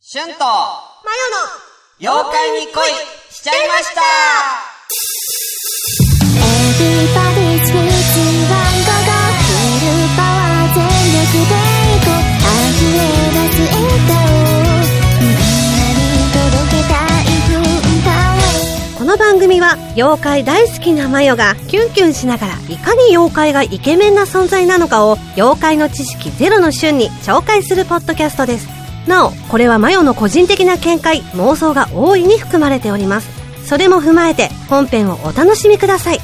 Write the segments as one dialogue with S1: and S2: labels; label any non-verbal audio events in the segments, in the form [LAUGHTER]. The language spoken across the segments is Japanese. S1: シュンと、マヨの、妖怪に恋しちゃいました
S2: Everybody's waiting ワンゴゴフルパワー全力でいこう溢れ出す笑顔をみんなに届けたい文化を
S3: この番組は妖怪大好きなマヨがキュンキュンしながらいかに妖怪がイケメンな存在なのかを妖怪の知識ゼロの瞬に紹介するポッドキャストですなおこれはマヨの個人的な見解妄想が大いに含まれておりますそれも踏まえて本編をお楽しみください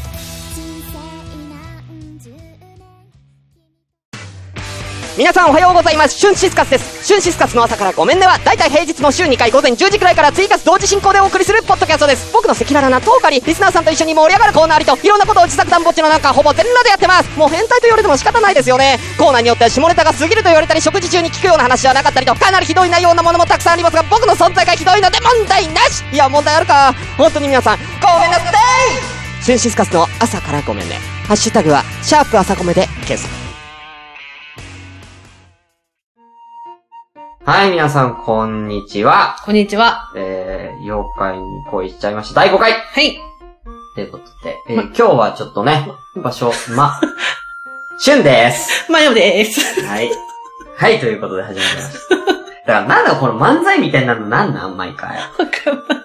S1: 皆さんおはようございます。シュンシスカスです。シュンシスカスの朝からごめんねは、だいたい平日の週2回午前10時くらいから追加同時進行でお送りするポッドキャストです。僕の赤裸々なトークあり、リスナーさんと一緒に盛り上がるコーナーありと、いろんなことを自作団ぼっちの中、ほぼ全裸でやってます。もう変態と言われても仕方ないですよね。コーナーによっては下ネタが過ぎると言われたり、食事中に聞くような話じゃなかったりと、かなりひどい内容なものもたくさんありますが、僕の存在がひどいので問題なしいや、問題あるか。本当に皆さん、ごめんなさいシュンシスカスの朝からごめんね。ハッシュタグは、シャープ朝ごめで検索。はい、皆さん、こんにちは。
S4: こんにちは。
S1: えー、妖怪に恋しちゃいました。第5回
S4: はい。
S1: ということで、えー今日はちょっとね、場
S4: [LAUGHS]
S1: 所、ま、シュンです。
S4: マヨです。
S1: はい。はい、ということで始まりま
S4: [LAUGHS]
S1: した。だから、なんだこの漫才みたいなのなんなん毎回。
S4: わかんな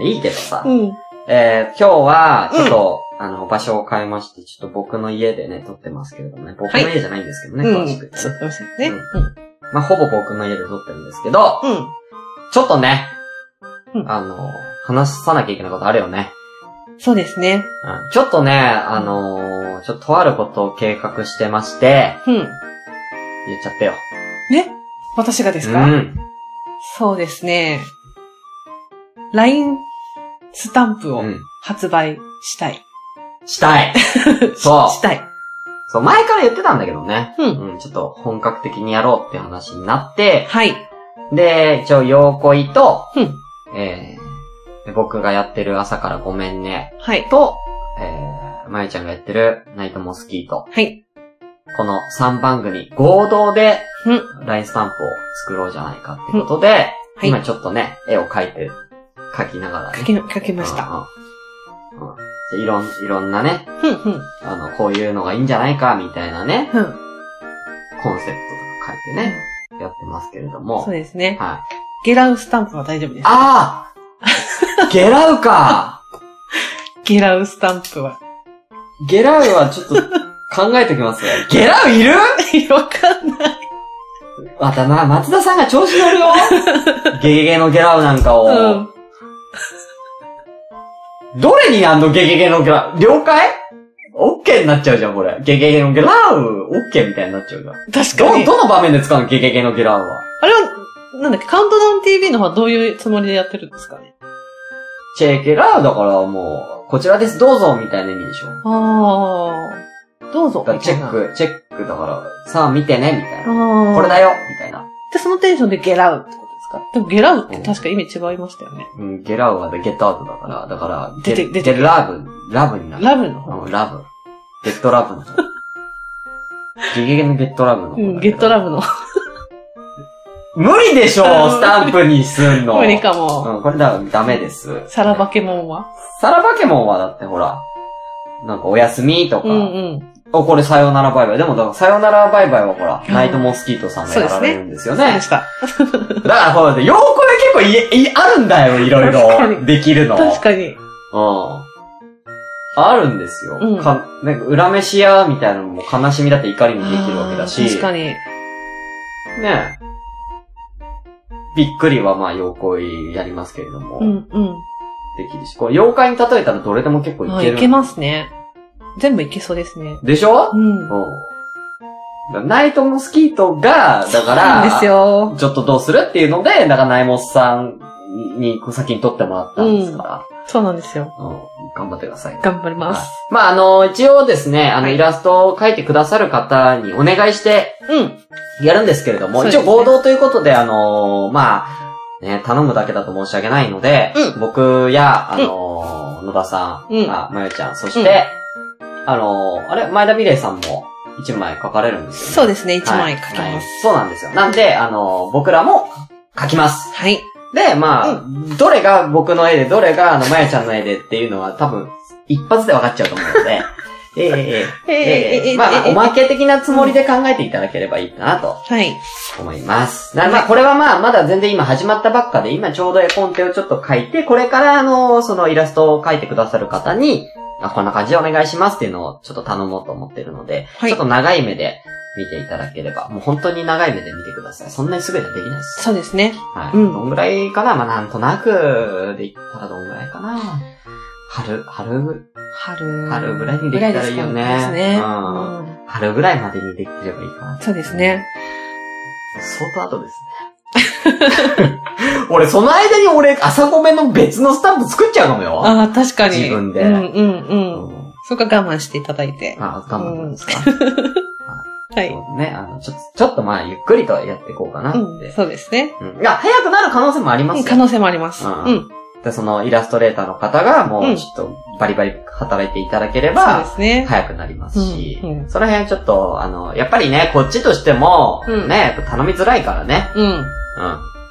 S4: い。
S1: うん、いいけどさ。
S4: うん。
S1: えー、今日は、ちょっと、あの、場所を変えまして、ちょっと僕の家でね、撮ってますけれどもね、僕の家じゃないんですけどね、
S4: うん。
S1: 詳し
S4: そ
S1: く言
S4: う
S1: ってね。
S4: ですね。
S1: う
S4: うんん。
S1: まあ、ほぼ僕の家で撮ってるんですけど、
S4: うん。
S1: ちょっとね、
S4: うん
S1: あの、話さなきゃいけないことあるよね。
S4: そうですね。
S1: うんちょっとね、あのー、ちょっととあることを計画してまして、
S4: うん。
S1: 言っちゃってよ。
S4: ね私がです
S1: う
S4: か、
S1: ん。
S4: そうですね。LINE スタンプを
S1: うん。
S4: 発売したい。
S1: した
S4: [LAUGHS]
S1: い。そう
S4: したい。
S1: そう、前から言ってたんだけどね。
S4: うん。
S1: うん、ちょっと本格的にやろうって話になって、
S4: はい。
S1: で、一応、陽恋と、
S4: うん。
S1: えーで、僕がやってる朝からごめんね、
S4: はい。
S1: と、えー、まゆちゃんがやってるナイトモスキーと、
S4: はい。
S1: この3番組合同で
S4: う、
S1: ラインスタンプを作ろうじゃないかってことで、
S4: はい
S1: 今ちょっとね、絵を描いて、描きながらね。
S4: 書きの、書きました。
S1: うんうん。うんいろん、いろんなね、
S4: うん。うん。
S1: あの、こういうのがいいんじゃないか、みたいなね、
S4: うん。
S1: コンセプトとか書いてね、やってますけれども。
S4: そうですね。
S1: はい。
S4: ゲラウスタンプは大丈夫です。
S1: ああ
S4: [LAUGHS]
S1: ゲラウか
S4: ゲラウスタンプは。
S1: ゲラウはちょっと [LAUGHS] 考えときますよ。ゲラウいる
S4: [LAUGHS] いやわかんない。
S1: またな、松田さんが調子乗る
S4: [LAUGHS]
S1: よゲゲゲのゲラウなんかを。
S4: うん。
S1: どれにあんのゲゲゲのゲラウ了解オッケーになっちゃうじゃん、これ。ゲゲゲのゲラウオッケーみたいになっちゃうじゃん。
S4: 確か
S1: ど、
S4: に。
S1: どの場面で使うのゲゲゲのゲラウは。
S4: あれは、なんだっけ、カウントダウン TV の方はどういうつもりでやってるんですかね
S1: チェケラウだからもう、こちらです、どうぞみたいな意味でしょ。
S4: ああ、どうぞ
S1: だ。からチェッ
S4: み
S1: ク、チェックだから、さあ見てね、みたい
S4: たい
S1: な。
S4: な。ああ。
S1: これだよ、みたいな。
S4: で、そのテンションでゲラウってことですかでもゲラウって確か意味違いましたよね。
S1: うん、ゲラウはゲットアウトだから、だから、
S4: 出て
S1: ゲ
S4: 出て
S1: ゲラブ、ラブになる。
S4: ラブの
S1: う
S4: 方。
S1: んラブ。ゲットラブの方。ゲゲゲのゲットラブの方だ
S4: う
S1: けど
S4: ん、ゲットラブの。
S1: 無理でしょ
S4: [LAUGHS] うん
S1: スタンプにすんの。
S4: 無理かも。
S1: うん、これだ、ダメです。
S4: さらばけもんは。
S1: サラバケモンはだってほら、なんかおやすみとか、
S4: うんうん。
S1: お、これさよならバイバイ。でもだからさよならバイバイはほら、
S4: うん
S1: ナイトモスキートさんがやられるんですよ
S4: そう
S1: ね
S4: で。した。
S1: [LAUGHS] だからほら、で、ようこれ結構い、い、あるんだよ、いろい
S4: 確
S1: ろ。
S4: かに
S1: できるの。
S4: 確かに。
S1: うん。あるんですよ。
S4: うん
S1: か、なんか、裏飯屋みたいなのも悲しみだって怒りにできるわけだし。
S4: あー確かに。
S1: ねえ。びっくりはまあ、妖怪やりますけれども、
S4: うんうん
S1: できるし、こう、妖怪に例えたらどれでも結構。い
S4: あ
S1: け
S4: ー
S1: る。
S4: いけますね。全部いけそうですね。
S1: でしょ、
S4: うん。
S1: うん、だからナイトモスキートが、だか
S4: そうなん
S1: ら、
S4: ですよ。
S1: ちょっとどうするっていうので、だからナイモスさんに先に撮ってもらったんですから、
S4: そうなんですよ。
S1: うん頑張ってください。
S4: 頑張りま
S1: はい
S4: す。
S1: まあ、あの、一応ですね、あの、
S4: はい
S1: イラストを描いてくださる方にお願いして
S4: うん。
S1: やるんですけれども、
S4: そうで
S1: 一
S4: す
S1: 応
S4: ね
S1: 合同ということで、あの、まあ、ね、頼むだけだと申し訳ないので、
S4: うん
S1: 僕や、あの、野田さん、
S4: うん
S1: あまゆちゃん、そして、あの、あれ、前田美玲さんも一枚描かれるんですよね。
S4: そうですね、一枚
S1: はい
S4: 書きま
S1: は
S4: す。
S1: いそうなんですよ。なんで、あの、僕らも描きます。
S4: はい。
S1: で、まあ、どれが僕の絵で、どれが、あの、まやちゃんの絵でっていうのは多分、一発で分かっちゃうと思うの [LAUGHS] で、ええええええ
S4: ええ
S1: まあ、
S4: ええ
S1: おまけ的なつもりで考えていただければいいかなと
S4: はい。
S1: 思います。なまあ、これはまあ、まだ全然今始まったばっかで、今ちょうど絵コンテをちょっと描いて、これからあの、そのイラストを描いてくださる方に、あこんな感じでお願いしますっていうのをちょっと頼もうと思ってるので、
S4: はい
S1: ちょっと長い目で見ていただければ、もう本当に長い目で見てください。そんなにすぐにはできないです。
S4: そうですね。
S1: はい。
S4: うん
S1: どんぐらいかなまあ、なんとなく、で言ったらどんぐらいかな春、春ぐ、
S4: 春。
S1: 春ぐらいにできたらいいよね
S4: ぐらですかですね。
S1: うん
S4: うん
S1: 春ぐらいまでにできればいいかな。
S4: そうですね。
S1: 相当後ですね。 [LAUGHS] 俺、その間に俺、朝ごめの別のスタンプ作っちゃうかもよ。
S4: ああ、確かに。
S1: 自分で
S4: うんうん
S1: う
S4: うん。
S1: ん。
S4: そこは我慢していただいて。
S1: あ、頑張ってますか。
S4: は
S1: そ
S4: い。
S1: うね、あの、ちょっと、ちょっとまあ、ゆっくりとやっていこうかなって。
S4: うん、そうですね。
S1: うんいや、早くなる可能性もあります
S4: うん
S1: よ。
S4: 可能性もあります。う
S1: うん
S4: ん。
S1: で、そのイラストレーターの方が、も
S4: う
S1: う、
S4: ん
S1: ちょっと、バリバリ働いていただけれ
S4: そうで
S1: ば、
S4: すね。
S1: 早くなりますし、
S4: うんうん
S1: その辺ちょっと、あの、やっぱりね、こっちとしても、
S4: うん
S1: ね、やっぱ頼みづらいからね、
S4: うん。
S1: うん。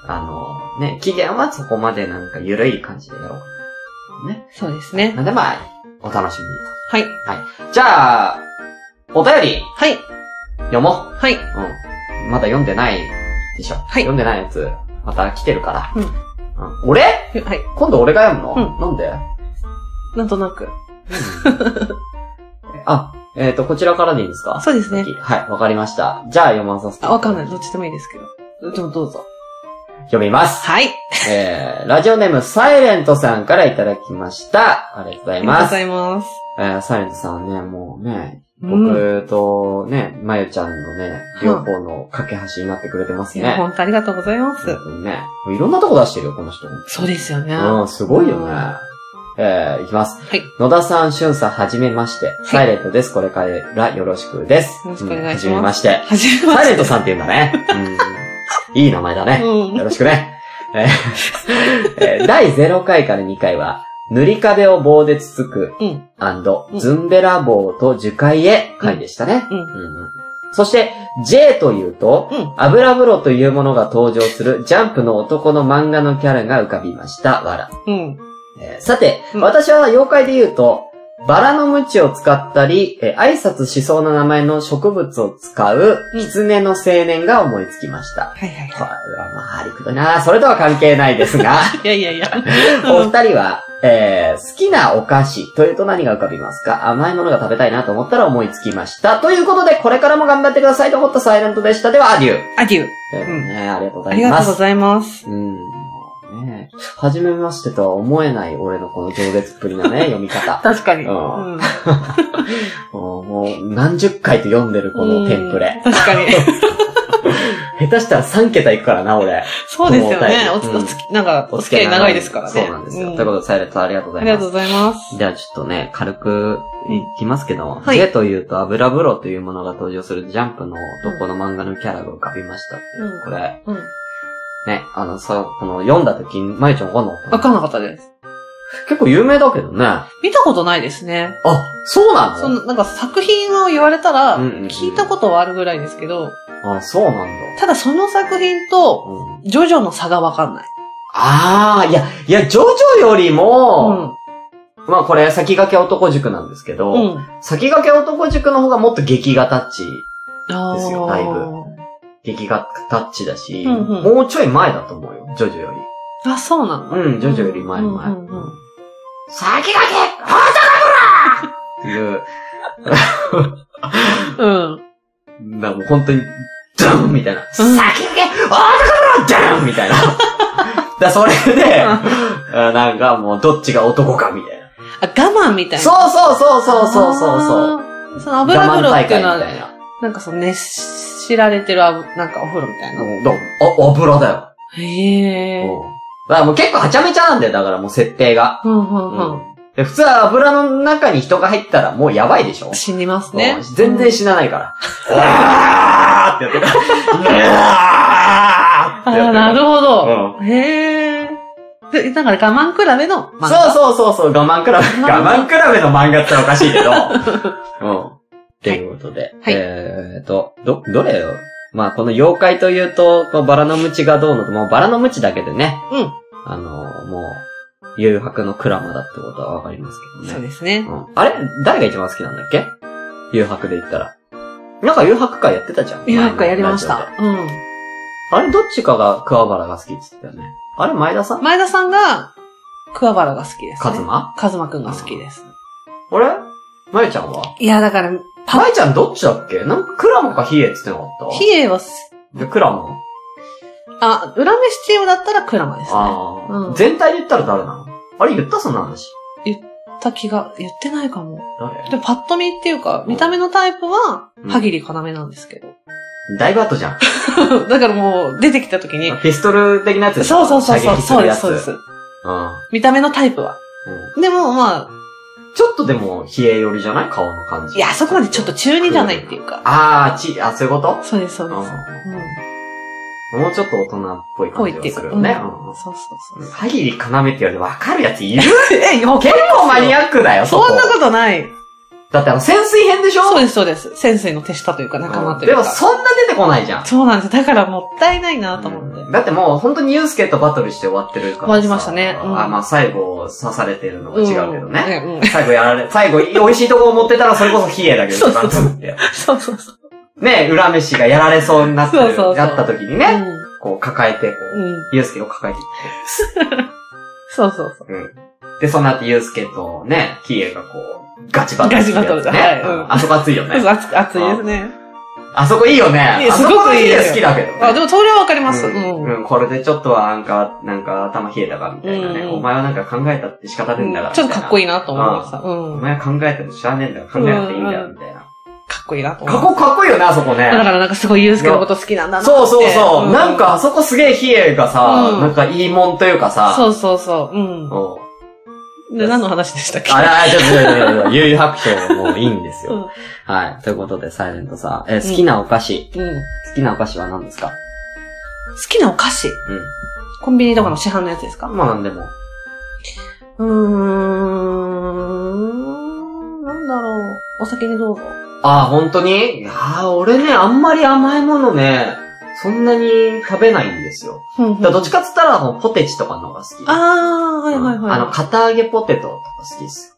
S1: あの、ね、期限はそこまでなんか緩い感じでやろうかな。ね。
S4: そうですね。
S1: なんでまあ、お楽しみ
S4: はい。
S1: に。じゃあ、お便り、
S4: はい。
S1: 読も
S4: はい。
S1: う。うん。まだ読んでないでしょ。
S4: はい
S1: 読んでないやつ、また来てるから。
S4: うん
S1: うん。俺
S4: はい。
S1: 今度俺が読むの、
S4: うん
S1: なんで
S4: なんとなく。
S1: あ、えっ、と、こちらからでいいんですか
S4: そうですね。
S1: はい、わかりました。じゃあ読まさせて。
S4: あ、わかんない。どっちでもいいですけど。でもどうぞ。
S1: 読みます。
S4: はい。
S1: えー、ラジオネームサイレントさんからいただきました。ありがとうござ
S4: あ
S1: い
S4: りがと
S1: ま
S4: うご
S1: す。
S4: ざいます。
S1: えー、サイレントさんはね、もうね、
S4: うん。
S1: 僕とね、まゆちゃんのね、両方の架け橋になってくれてます
S4: いや
S1: ね。
S4: 本当ありがとうございます。
S1: 本当にね。もういろんなとこ出してるよ、この人。
S4: そうですよね。
S1: うん、すごいよ
S4: うん
S1: ね。えー、いきます。
S4: はい。よ
S1: 野田さん、しゅんさん、はじめまして。サイレントです。これからよろしくです。
S4: ろしくお願いしま
S1: うん
S4: す
S1: はじめまして。
S4: はじめま
S1: サイ
S4: し
S1: レントさんって言うんだね。うん、いい名前だね
S4: て。。う
S1: よ
S4: ん。
S1: ろしくね。えーえー第0回から2回は、塗り壁を棒でつつく、
S4: うんうん
S1: ズンベラ棒と樹海へ回でしたね。
S4: うん
S1: うんうんそして、J というと、
S4: うん
S1: 油風呂というものが登場するジャンプの男の漫画のキャラが浮かびました。わら。
S4: うん。
S1: えーさて、
S4: うん
S1: 私は妖怪で言うと、バラの鞭を使ったり、えー挨拶しそうな名前の植物を使う、
S4: うん
S1: 狐の青年が思いつきました。
S4: はいはいは
S1: これはまあ、ありくどいな。それとは関係ないです
S4: [LAUGHS]
S1: が、
S4: い。いやいやいや。
S1: お二人は、えー、好きなお菓子というと何が浮かびますか甘いものが食べたいなと思ったら思いつきました。ということで、これからも頑張ってくださいと思ったサイレントでした。では、アデュー。
S4: ア
S1: と
S4: デュー。
S1: いうことでね、ありがとうご
S4: あ
S1: ざ
S4: り
S1: い
S4: が
S1: ま
S4: とうご
S1: す。
S4: ざいます。
S1: うん。ねはじめましてとは思えない俺のこの情熱っぷり
S4: [LAUGHS]
S1: なね、読み方。
S4: 確かに。
S1: うん
S4: うん
S1: もう、もう何十回と読んでるこのテンプレ。
S4: うん確かに。
S1: 下手したら3桁いくからな、俺。
S4: そうですよね。おつ
S1: うん
S4: おつき、なんか、お付き合い長いですからね。
S1: そうなんですよ。ということで、サイレントありがとうござ
S4: あ
S1: い
S4: り
S1: ます
S4: がとう。ございます。
S1: じゃあちょっとね、軽くいきますけども、
S4: はい
S1: J というと油風呂というものが登場するジャンプの男の漫画のキャラが浮かびましたっていう、
S4: うん
S1: これ、
S4: うん。
S1: ね、あの、そう、この読んだ時に、まゆちゃんわかんなかった
S4: わかんなかったです。
S1: 結構有名だけどね。あ、
S4: 見たことないですね。
S1: そうなの
S4: その、なんか作品を言われたら、
S1: うんうんうん
S4: 聞いたことはあるぐらいですけど、
S1: あ、そうなんだ。
S4: ただその作品と、
S1: うん、
S4: ジョジョの差がわかんない。
S1: ああ、いや、いや、ジョジョよりも、
S4: う
S1: まあこれ、先駆け男塾なんですけど、
S4: ん。うん。
S1: 先駆け男塾の方がもっと劇画タッチ、
S4: あー
S1: ですよだいぶ劇画タッチだし、
S4: うんうん
S1: もうちょい前だと思うよ、ジョジョより。
S4: あ、そうなの
S1: うん、ジョジョより前
S4: うん
S1: 前。
S4: うんうんうん
S1: 先駆け大阪村
S4: うん。
S1: っていう、なもう本当に、ダンみたいな。先駆け大阪村ダンみた
S4: [LAUGHS]
S1: いな。だそれで、あなんかもうどっちが男かみたいな。
S4: あ、我慢みたいな。
S1: そうそうそうそうそうそうそう。
S4: う。その油風呂っていうの
S1: 我慢大会みたい
S4: は、
S1: な。
S4: なんかその熱しられてるあぶ、なんかお風呂みたいな。
S1: うんだあ、油だよ。
S4: へ
S1: うん。
S4: ー
S1: だからもう結構はちゃめちゃなんだよ、だからもう設定が。
S4: うんう
S1: うん
S4: うん。
S1: で普通は油の中に人が入ったらもうやばいでしょ
S4: 死にますね
S1: うん。全然死なないから。うわーってやってるから。うわー
S4: あ
S1: ってやって
S4: あ、なるほど。
S1: ほ
S4: へえ。でだから我慢比べの漫画。
S1: そうそうそうそう、我慢比べ。我慢比べの漫画っておか
S4: [LAUGHS]
S1: しいけど。うん。ということで。
S4: はい
S1: えーっと、ど、どれをまあこの妖怪というと、こうバラのムチがどうのと、もうバラのムチだけでね、
S5: うん。
S1: あの、もう、誘白のクラマだってことはわかりますけどね。
S4: そうですね。
S1: うんあれ誰が一番好きなんだっけ誘白で言ったら。なんか誘白会やってたじゃん。
S4: いや、なんかやりまし
S1: 前のラ
S4: た
S1: ジ。
S4: うん。
S1: オで。あれどっちかが桑原が好きって言ってたよね。あれ前田さん
S4: 前田さんが、桑原が好きです、
S1: カ
S4: ね。
S1: ズマ
S4: カズマくんが好きです。
S1: あれまゆちゃんはい
S4: や、だから、
S1: まゆちゃんどっちだっけなんかクラマかヒエって言ってなかった
S4: 比叡はす、
S1: で、クラマ
S4: あ、裏飯チームだったらクラマですね。
S1: ああ、
S4: うん
S1: 全体で言ったら誰なのあれ言ったそんな話。
S4: た気が、言ってないかも。
S1: 誰
S4: でもパッと見っていうか、見た目のタイプは、歯切り要なんですけど。 [LAUGHS]
S1: だいぶ後じゃん。
S4: だからもう、出てきた時に、
S1: ピストル的なやつでし
S4: そ
S1: ょ
S4: うそうそうそ
S1: 射
S4: う、
S1: 撃
S4: そう
S1: る
S4: で
S1: や
S4: す、
S1: つ
S4: そうです。
S1: うん。
S4: 見た目のタイプは。
S1: うん
S4: でも、まあ、
S1: ちょっとでも、冷え寄りじゃない顔の感じ。
S4: いや、あそこまでちょっと中二じゃないっていうか。
S1: あー、ち、あ、そういうこと
S4: そうです、そう
S1: う
S4: で
S1: ん
S4: す。うん。
S1: もうちょっと大人っぽい
S4: ぽ
S1: 感
S4: いってい
S1: じ
S4: う
S1: が
S4: か。
S1: する
S4: うん
S1: よね。
S4: そうそう
S1: うん
S4: そう。 [LAUGHS]
S1: 歯切り要って言われて分かるやついる
S4: え、よ、
S1: 結構マニ
S4: ア
S1: アックだよ、
S4: そ
S1: こ
S4: んなことない。
S1: だってあの、潜水編でしょ
S4: そうです、そうです。潜水の手下というか仲間
S1: う
S4: と
S1: ん
S4: い
S1: で
S4: うか。
S1: もそんな出てこないじゃん。
S4: そうなんです。だからもったいないなと思って。
S1: だってもう本当にユースケとバトルして終わってるからさ。
S4: 終わりましたねうん
S1: あ、まあ最後刺されてるのが違うけどね。
S4: うん。うん
S1: 最後やられ、最後美味しいとこを持ってたらそれこそ冷えだけど、
S4: そうそうそう
S1: 一番って
S4: そうそうそう。
S1: ね、裏飯がやられそうになって
S4: そうそうそう
S1: る、やった時に
S4: う
S1: ね、
S4: ん。
S1: こう抱えて、こう、
S4: うん。
S1: ユースケを抱えて
S4: そうそうそう。
S1: で、その後、ユうスケとね、キエがこう、ガチバトルするやつね。
S4: ガチバトルだはいうん
S1: あそこ熱いよね。
S4: 熱熱いですね。
S1: あそこいいよね。
S4: いや
S1: あ
S4: す
S1: そ
S4: ご
S1: こ
S4: くいいよ
S1: の家好きだけどね。
S4: あ、でもそれはわかります。う
S1: うん
S4: ん。
S1: うん、これでちょっとはなんか、なんか頭冷えたかみたいなね。
S4: うん
S1: お前はなんか考えたって仕方ねえんだから。
S4: ちょっとかっこ
S1: いい。
S4: いいなと思いました。う
S1: お
S4: ん。か
S1: 前は考えても知らねえんだから、考えなくていいんだよ、みたいな。
S4: っこいいなと思い
S1: か
S4: ま
S1: っ
S4: した
S1: こ、かっこいいよね、あそこね。
S4: だからなんかすごいユースケのこと好きなんだなって。
S1: そうそうそう。
S4: ん
S1: なんか、あそこすげえ冷えがさ、
S4: うん
S1: なんかいいもんというかさ。
S4: そうそうそう。うん。
S1: うん
S4: で、何の話で [LAUGHS] したっけ
S1: あれ、あれ、ちょっと、ちょっとちょっと、悠々白書もういいんですよ。
S4: う
S1: はい。ということで、サイレントさん、えー好きなお菓子、
S4: ん。う
S1: 好
S4: ん。好
S1: きなお菓子は何ですか
S4: きなお菓子
S1: う
S4: コンビニとかの市販のやつですか
S1: ん。まあ、なんでも。
S4: うーん。なんだろう。お先にどうぞ。
S1: ああ、本当にいやー俺ね、あんまり甘いものね、そんなに食べないんですよ。
S4: うん
S1: だからどっちかっつったら、あのポテチとかの方が好き。
S4: あー、はいはい
S1: うん
S4: はい。
S1: あの、片揚げポテトとか好きです。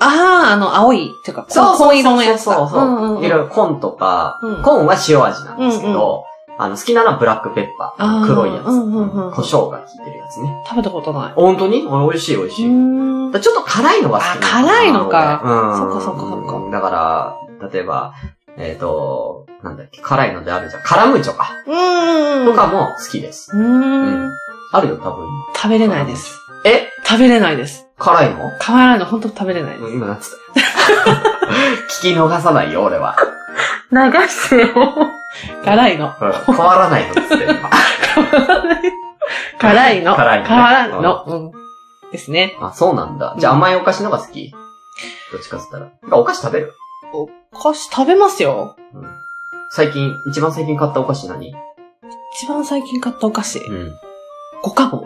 S4: あー、あの、青い、っていうか、こ紺色のやつだ。
S1: そうそうそうそう。
S4: んんん
S1: いろいろコーンとか、
S4: うん
S1: コーンは塩味なんですけど、あの、好きなのはブラックペッパー。
S4: あー
S1: 黒いやつ。
S4: うんうんうんうん
S1: 胡椒が効いてるやつね。
S4: 食べたことない。
S1: 本当に俺美味しい美味
S4: う
S1: しい。
S4: ーん。
S1: だからちょっと辛いのが好きなの
S4: あ辛いのか
S1: 俺うん。
S4: そっかそっかそっ
S1: だから、例えば、えっ、と、なんだっけ、辛いのであるじゃん。カラムーチョか。
S4: う
S1: と
S4: ー
S1: か
S4: ん。
S1: も好きです。
S4: うーん。
S1: あるよ、多分今。
S4: 食べれないです。
S1: え
S4: 食べれないです。
S1: 辛いの
S4: 変わらないの、本当食べれないです。
S1: うん今なってた。聞き逃さないよ、俺は。
S4: 流してよ。辛いの。
S1: うん変わらないのっつ
S4: [LAUGHS]
S1: って今。
S4: 辛いの。
S1: 辛いのね
S4: 変わらんの。うん。ですね。
S1: あ、そうなんだ。じゃあ
S4: うん
S1: 甘いお菓子のが好きどっちかっつったら。てかお菓子食べる
S4: お菓子食べますよ。
S1: うん。最近、一番最近買ったお菓子何
S4: 一番最近買ったお菓子。
S1: ん。
S4: 五花棒。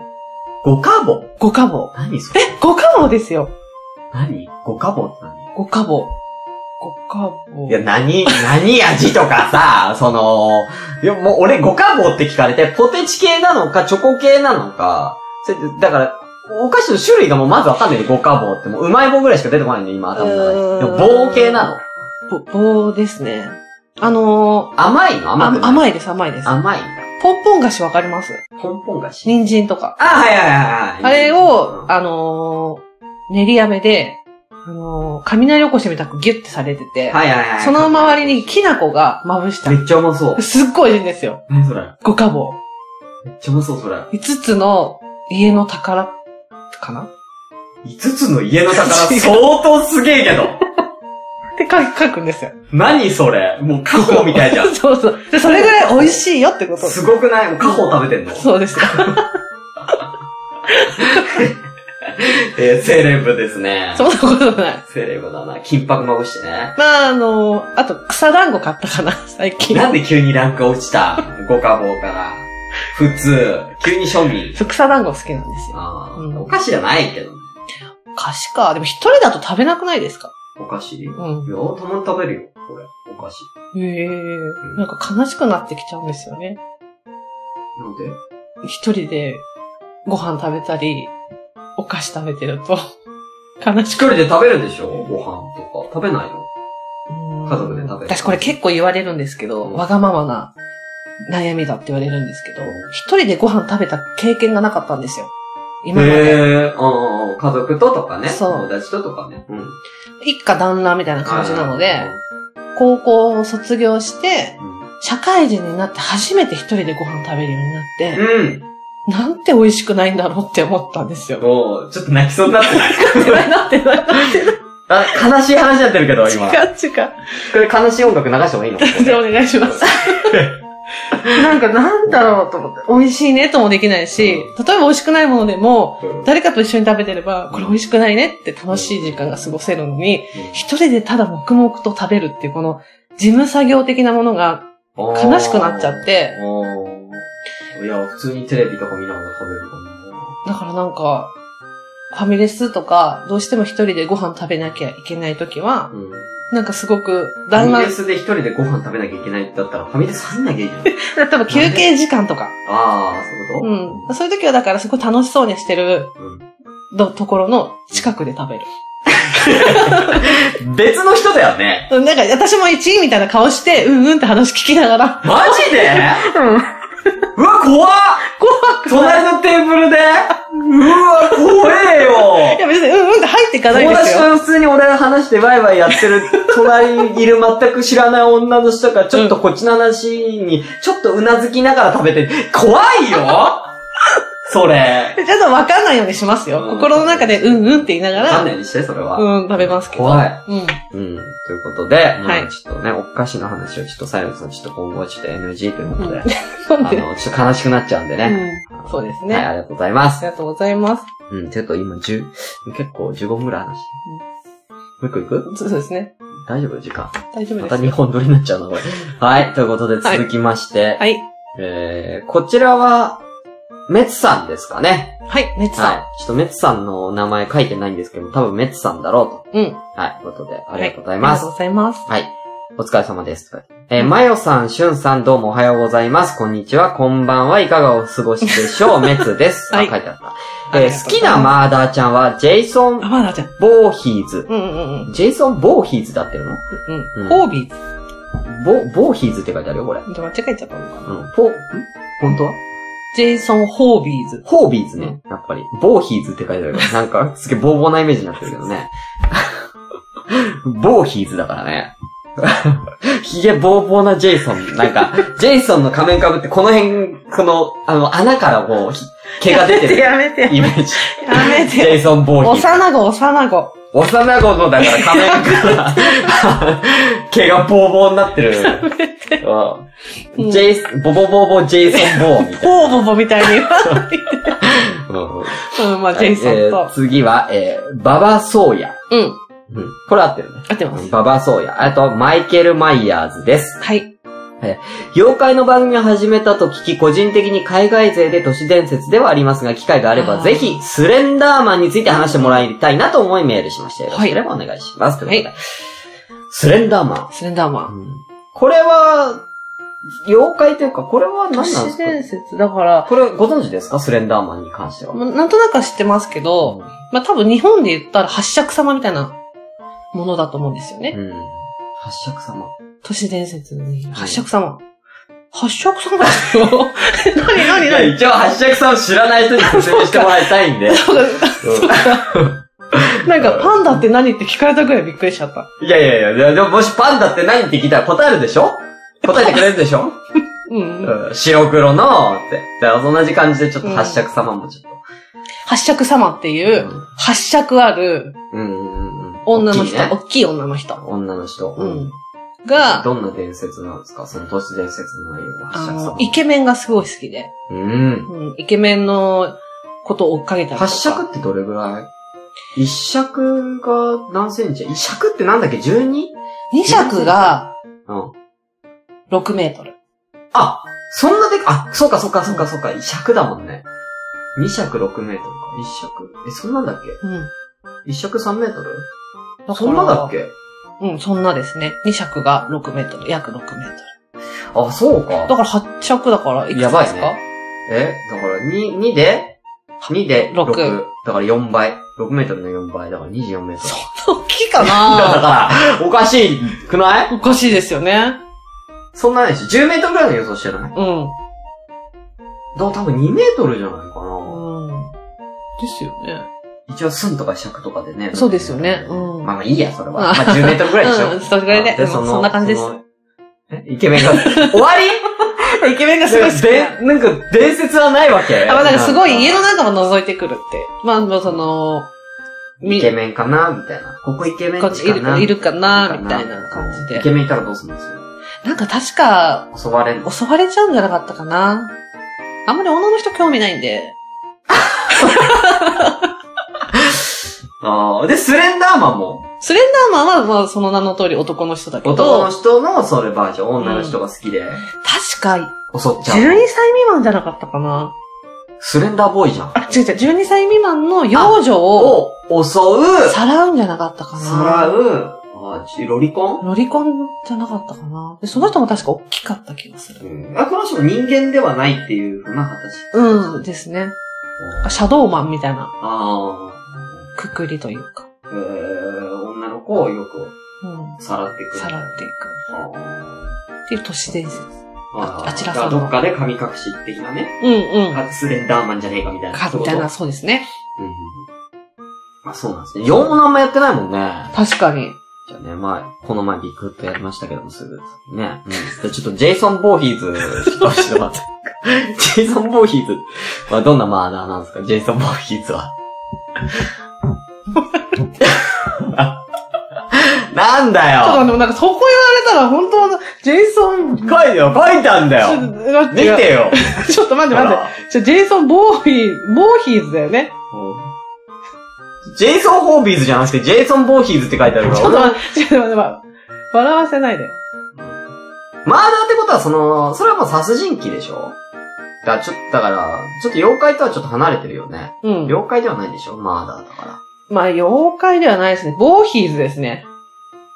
S1: 五花棒
S4: 五花棒。
S1: 何それ
S4: 五花棒ですよ。
S1: 何五花棒って何
S4: 五花棒。五花棒。
S1: いや、何、何味とかさ、 [LAUGHS] その、いや、もう俺、五花棒って聞かれて、ポテチ系なのか、チョコ系なのか、それだから、お菓子の種類がもうまずわかんないで、五花棒って。もう、うまい棒ぐらいしか出てこないんで、今、頭の中に。で
S4: うーん
S1: も、棒系なの。
S4: ぼ棒ですね。あのー、
S1: 甘いの甘く
S4: あ
S1: ない
S4: 甘いです、甘いです。
S1: 甘いんだ。
S4: ポンポン菓子わかります
S1: ポンポン菓子。
S4: 人参とか。
S1: あ、はいはいはいはい。
S4: あれ
S1: う
S4: を、
S1: ん
S4: あのー、練り飴で、あのー、雷おこしみたくギュッてされてて、
S1: はいはいはい。
S4: その周りにきな粉がまぶした
S1: め。っちゃうまそう。
S4: すっごい美味しいんですよ。
S1: 何それめ
S4: 五花棒。
S1: っちゃうまそう、それ。
S4: 五つの家の宝かなっ
S1: 五つの家の宝、
S4: 違う
S1: 相当すげえけど。
S4: て書く書くんですよ。
S1: 何それもう、過去みたいじゃん。
S4: [LAUGHS] そうそう。で、それぐらい美味しいよってこと。
S1: すごくないもう、過去食べてんの
S4: そ
S1: [LAUGHS]
S4: うです。
S1: えー、セレブですね。
S4: そんなことない。
S1: セレブだな。金箔まぶしてね。
S4: まあ、あのー、あと草団子買ったかな、 [LAUGHS] 最近。
S1: なんで急にランク落ちた五花棒から。普通。急に庶民。
S4: そう草団子好きなんですよ。
S1: あー
S4: うん
S1: お菓子じゃないけどね。
S4: 菓子か。でも一人だと食べなくないですか
S1: お菓子、いや、
S4: ん
S1: たまに食べるよ、これ。お昔。
S4: へえー、なんか悲しくなってきちゃうんですよね。
S1: なんで
S4: 一人でご飯食べたり、お菓子食べてると、 [LAUGHS] 悲し
S1: 一
S4: く
S1: 人で食べるでしょご飯とか。食べないの家族で食べる
S4: 私これ結構言われるんですけど、
S1: うん
S4: わがままな悩みだって言われるんですけど、一人でご飯食べた経験がなかったんですよ。今まで。
S1: へえ、うんうんうん家族ととかね。
S4: そう
S1: 友達ととかね。うん。
S4: 一家旦那みたいな感じなので、高校を卒業して、
S1: うん。
S4: 社会人になって初めて一人でご飯食べるようになって、
S1: うん。
S4: なんて美味しくないんだろうって思ったんですよ。
S1: おうちょっと泣きそうになってない
S4: [LAUGHS] なってない、なってない。
S1: あ、悲しい話になってるけど、今。
S4: 違う違う。
S1: これ悲しい音楽流してもいいのここ
S4: じゃあ
S1: で
S4: お願いします。なんかなんだろうと思って。美味しいねともできないし、例えば美味しくないものでも、
S1: うん
S4: 誰かと一緒に食べてれば、これ美味しくないねって楽しい時間が過ごせるのに、一人でただ黙々と食べるっていうこの事務作業的なものが悲しくなっちゃっ。て、
S1: おーいや、普通にテレビとか見ながら食べるか
S4: だからなんか、ファミレスとか、どうしても一人でご飯食べなきゃいけない時は
S1: な。、うん。
S4: なんかすごく、
S1: ファ
S4: 旦
S1: ミ
S4: 那、
S1: レスで一人でご飯食べなきゃいけないってだったら、ファミレス入んなきゃい
S4: [LAUGHS]
S1: けない。
S4: 例えば休憩時間とか、
S1: ああ、そういうこと
S4: うん。そういう時はだからすごい楽しそうにしてるどところの近くで食べる。
S1: うん。別の人だよね。
S4: うんなんか私も1位みたいな顔して、うんうんって話聞きながら、 [LAUGHS]
S1: マジでうわ、怖っ
S4: 怖くない。
S1: 隣のテーブルでうわ、怖えよ
S4: いや別にうんうんって入っていかない
S1: 友
S4: です
S1: 達
S4: よ。
S1: と普通にお題話してワイワイやってる隣にいる全く知らない女の人がちょっとこっちの話にちょっとうなずきながら食べて、怖いよそれ。
S4: ちょっとわかんないようにしますよ。
S1: うん
S4: 心の中でうんうんって言いなが
S1: わかん
S4: ら、
S1: ないようにして、それは。
S4: うん、食べますけど。
S1: 怖い。
S4: うん。
S1: うん。ということで、まあ
S4: はい
S1: ちょっとね、お菓子の話をちょっとサイレンスのちょっと今後はちょっと NG ということで、
S4: なん
S1: あ
S4: で
S1: の、ちょっと悲しくなっちゃうんでね。
S4: うんそうです
S1: はい、あ
S4: ね。
S1: りがとうございま
S4: あ
S1: す
S4: り。がとうございます。
S1: うん、ちょっと今10、結構15分ぐらい話して。もう一個行く
S4: そうそうですね。
S1: 大丈夫時間。
S4: 大丈夫
S1: [LAUGHS] ま
S4: で
S1: た
S4: す。
S1: 2本撮りになっちゃうな、これ。はい、ということで続きまして、
S4: はい。
S1: えー、こちらは、メツさんですかね。
S4: はい、熱
S1: はい
S4: さ。
S1: ちょっとメツさんの名前書いてないんですけど、多分メツさんだろうと。
S4: ん。うん。
S1: はい、ということで、あ
S4: あ
S1: りがとうございます
S4: ありがと。うございます。
S1: はい。お疲れ様です。えー、まよさん、しゅんさん、どうもおはようございます。こんにちは、こんばんはいかがお過ごしでし
S4: [LAUGHS]
S1: ょう。メツです。
S4: はい
S1: あ、書いてあった。
S4: あ
S1: え
S4: り
S1: ー
S4: がとう
S1: 好
S4: ござ
S1: き
S4: います
S1: なマーダーちゃんは、ジェイソ
S4: あ、
S1: ン・
S4: まだじゃん。
S1: ボーヒーズ。
S4: うんうんうん。
S1: ジェイソン・ボーヒーズだってるの
S4: う
S1: うん
S4: ん。ホービーズ。
S1: ボ、ボーヒーズって書いてあるよ、これ。うん。
S4: 間違えちゃったのかな。
S1: ポ、ん本当は
S4: ジェイソン・ホービーズ。
S1: ホービーズね。やっぱり。ボーヒーズって書いてあるよ。なんか、すげえボーボーなイメージになってるけどね。ボーヒーズだからね。ひげボーボーなジェイソン。なんか、ジェイソンの仮面かぶって、この辺、この、あの、穴からこう、ひ毛が出てる
S4: [LAUGHS] やめて、やめて。
S1: イメージ。
S4: やめ
S1: ジ
S4: て。
S1: ェイソン・ボーヒーズ。
S4: 幼子、幼子。
S1: 幼子の、だから仮面から、 [LAUGHS] 毛がボーボーになってる。う
S4: うんん
S1: ジェイス、ボボボボジェイソン・ボーみたい
S4: ほうぼぼみた
S1: [LAUGHS]
S4: いに言わないで。
S1: な。うん
S4: うん、まあ、ジェイソ
S1: え
S4: ン
S1: ー
S4: と。
S1: 次は、えー、ババソーヤ。
S4: うん。
S1: うん。これ合ってるね。
S4: 合ってます。
S1: ババソーヤ。あと、マイケル・マイヤーズです。
S4: はい。
S1: 妖怪の番組を始めたと聞き、個人的に海外勢で都市伝説ではありますが、機会があれば、
S4: あー
S1: ぜひ、スレンダーマンについて話してもらいたいなと思いメールしました。よろ
S4: は
S1: し
S4: い
S1: ければお願いします。と
S4: はい
S1: いうことで。スレンダーマ
S4: スレンダーマ
S1: ン。
S4: ン。
S1: これは、妖怪というか、これは何
S4: 都
S1: なんで
S4: 市
S1: すか
S4: 伝説、だから、
S1: これ、ご存知ですかスレンダーマンに関しては。
S4: まあなんとなくは知ってますけど、まあ、多分日本で言ったら八尺様みたいなものだと思うんですよね。
S1: うん。八尺様。
S4: 都市伝説に。
S1: い
S4: 八尺様。八尺様ですよ。 [LAUGHS] 何
S1: い
S4: 何
S1: や、
S4: 何
S1: 一応、八尺さんを知らない人に説明してもらいたいんで。
S4: なんか、パンダって何って聞かれたぐらいびっくりしちゃった。
S1: いやいやいや、でももしパンダって何って聞いたら答えるでしょ答えてくれるでしょ、
S4: うん。
S1: うん、白黒のって。だから同じ感じでちょっと八尺様もちょっと。
S4: 八尺様っていう、八尺ある
S1: うん、うん、うんうん。
S4: 女
S1: 大
S4: の
S1: きい
S4: 人、
S1: ね
S4: 大きい女の人。
S1: 女の人。
S4: う。ん。が、
S1: どんな伝説なんですかその都市伝説の内容は八
S4: あ
S1: 尺様
S4: の、。イケメンがすごい好きで、
S1: うん。
S4: うん、イケメンのことを追っかけたりとか。
S1: 八尺ってどれぐらい一尺が何センチ一尺ってなんだっけ ?12?
S4: 二尺が
S1: うん。
S4: 6メートル。
S1: あ、そんなでか、あ、そうかそうかそうかそうか、尺だもんね。2尺6メートルか。1尺。え、そんなんだっけ
S4: うん。
S1: ?1 尺3メートル
S4: だから
S1: そんなだっけ
S4: うん、そんなですね。2尺が6メートル、約6メートル。
S1: あ、そう
S4: だか
S1: か。
S4: ら8尺だから、いくつで
S1: やばい
S4: すか、
S1: ねえ、だから2、2で ?2 で
S4: 六
S1: 6。だから4倍。6メートルの4倍。だから24メートル。
S4: 大きいか
S1: だ [LAUGHS]
S4: な
S1: から、おかしいくない
S4: おかしいですよね。
S1: そんなないし、10メートルぐらいの予想してないだか
S4: うん。
S1: ら多分2メートルじゃないかな。
S4: うん。ですよね。
S1: 一応、寸とか尺とかでね。
S4: そうですよねうん
S1: まあまあいいや、それは。まあ10メートルぐらいでしょ。
S4: うんそれぐらいでうん
S1: の
S4: そんな感じです。
S1: のえイケメン
S4: [LAUGHS]
S1: が、終わり
S4: イケメンがすごい好きな。
S1: でなんか、伝説はないわけ
S4: あ、まあなんかすごい家の中も覗いてくるって。まあ、もうその、み
S1: イケメンかなみたいな。ここイケメン
S4: こ
S1: か
S4: っち
S1: ない
S4: るいるかなみたい
S1: いる
S4: な
S1: かな
S4: 感じ
S1: イケ
S4: で。
S1: メンいたらどうするんですよ
S4: なんか確か、
S1: 襲われるの
S4: 襲われちゃうんじゃなかったかな。あんまり女の人興味ないんで。
S1: ああ、で、スレンダーマンも、
S4: スレンダーマンは、まあ、その名の通り男の人だけど、
S1: 男の人のそれバージョン、女の人が好きで、
S4: 確か、
S1: 襲っ
S4: 12
S1: ち
S4: 歳
S1: ゃう。
S4: 未満じゃなかったかな。
S1: スレンダーボーイじゃん。
S4: あ、違う違う、12歳未満の幼女を
S1: を襲う、
S4: さらうんじゃなかったかな。
S1: さらう、あちロリコン
S4: ロリコンじゃなかったかな。で、その人も確か大きかった気がする。
S1: あ、この人も人間ではないっていうふうな形。
S4: うん、ですね。シャドーマンみたいな
S1: あ
S4: くくりというか。
S1: あ、えー、女の子をよく
S4: うん。
S1: さらっていく。
S4: さらっていく。っていう都市伝説。
S1: あー
S4: あちらさんの
S1: どっかで神隠し的なね、
S4: うんうん。
S1: あスレンダーマンじゃねえかみたいな。
S4: か、みたいな、。そうですね。
S1: うんうんうん。まあそうなんですね。4も何もやってないもんね。
S4: 確かに。
S1: じゃあね、まあ、この前ビクッとやりましたけども、すぐ。ね。うん。じゃあちょっとジェイソン・ボーヒーズ、ちょっと教えてもらって。 [LAUGHS] ジェイソン・ボーヒーズはどんなマーダーなんですかジェイソン・ボーヒーズ
S4: [LAUGHS]
S1: は。なんだ
S4: ちょっと
S1: よ
S4: でもなんかそこ言われたら本当の、ジェイソン、ちょっ
S1: 書いてよ書いたんだ
S4: と
S1: よ
S4: 待っ
S1: 見
S4: てよ
S1: てよ
S4: ちょっと待って待って。ちょ、ジェイソン・ボーヒー、ボーヒーズだよね。
S1: うんジェイソン・ホービーズじゃなくて、ジェイソン・ボーヒーズって書いてある
S4: ち
S1: か
S4: ょっと
S1: ら。
S4: 待って、ちょっと待って待って、笑わせないで。
S1: マーダーってことは、その、それはもう殺人鬼でしょだから、ちょっと、だから、ちょっと妖怪とはちょっと離れてるよね。
S4: うん。
S1: 妖怪ではないでしょマーダーだから。
S4: まあ、妖怪ではないですね。ボーヒーズですね。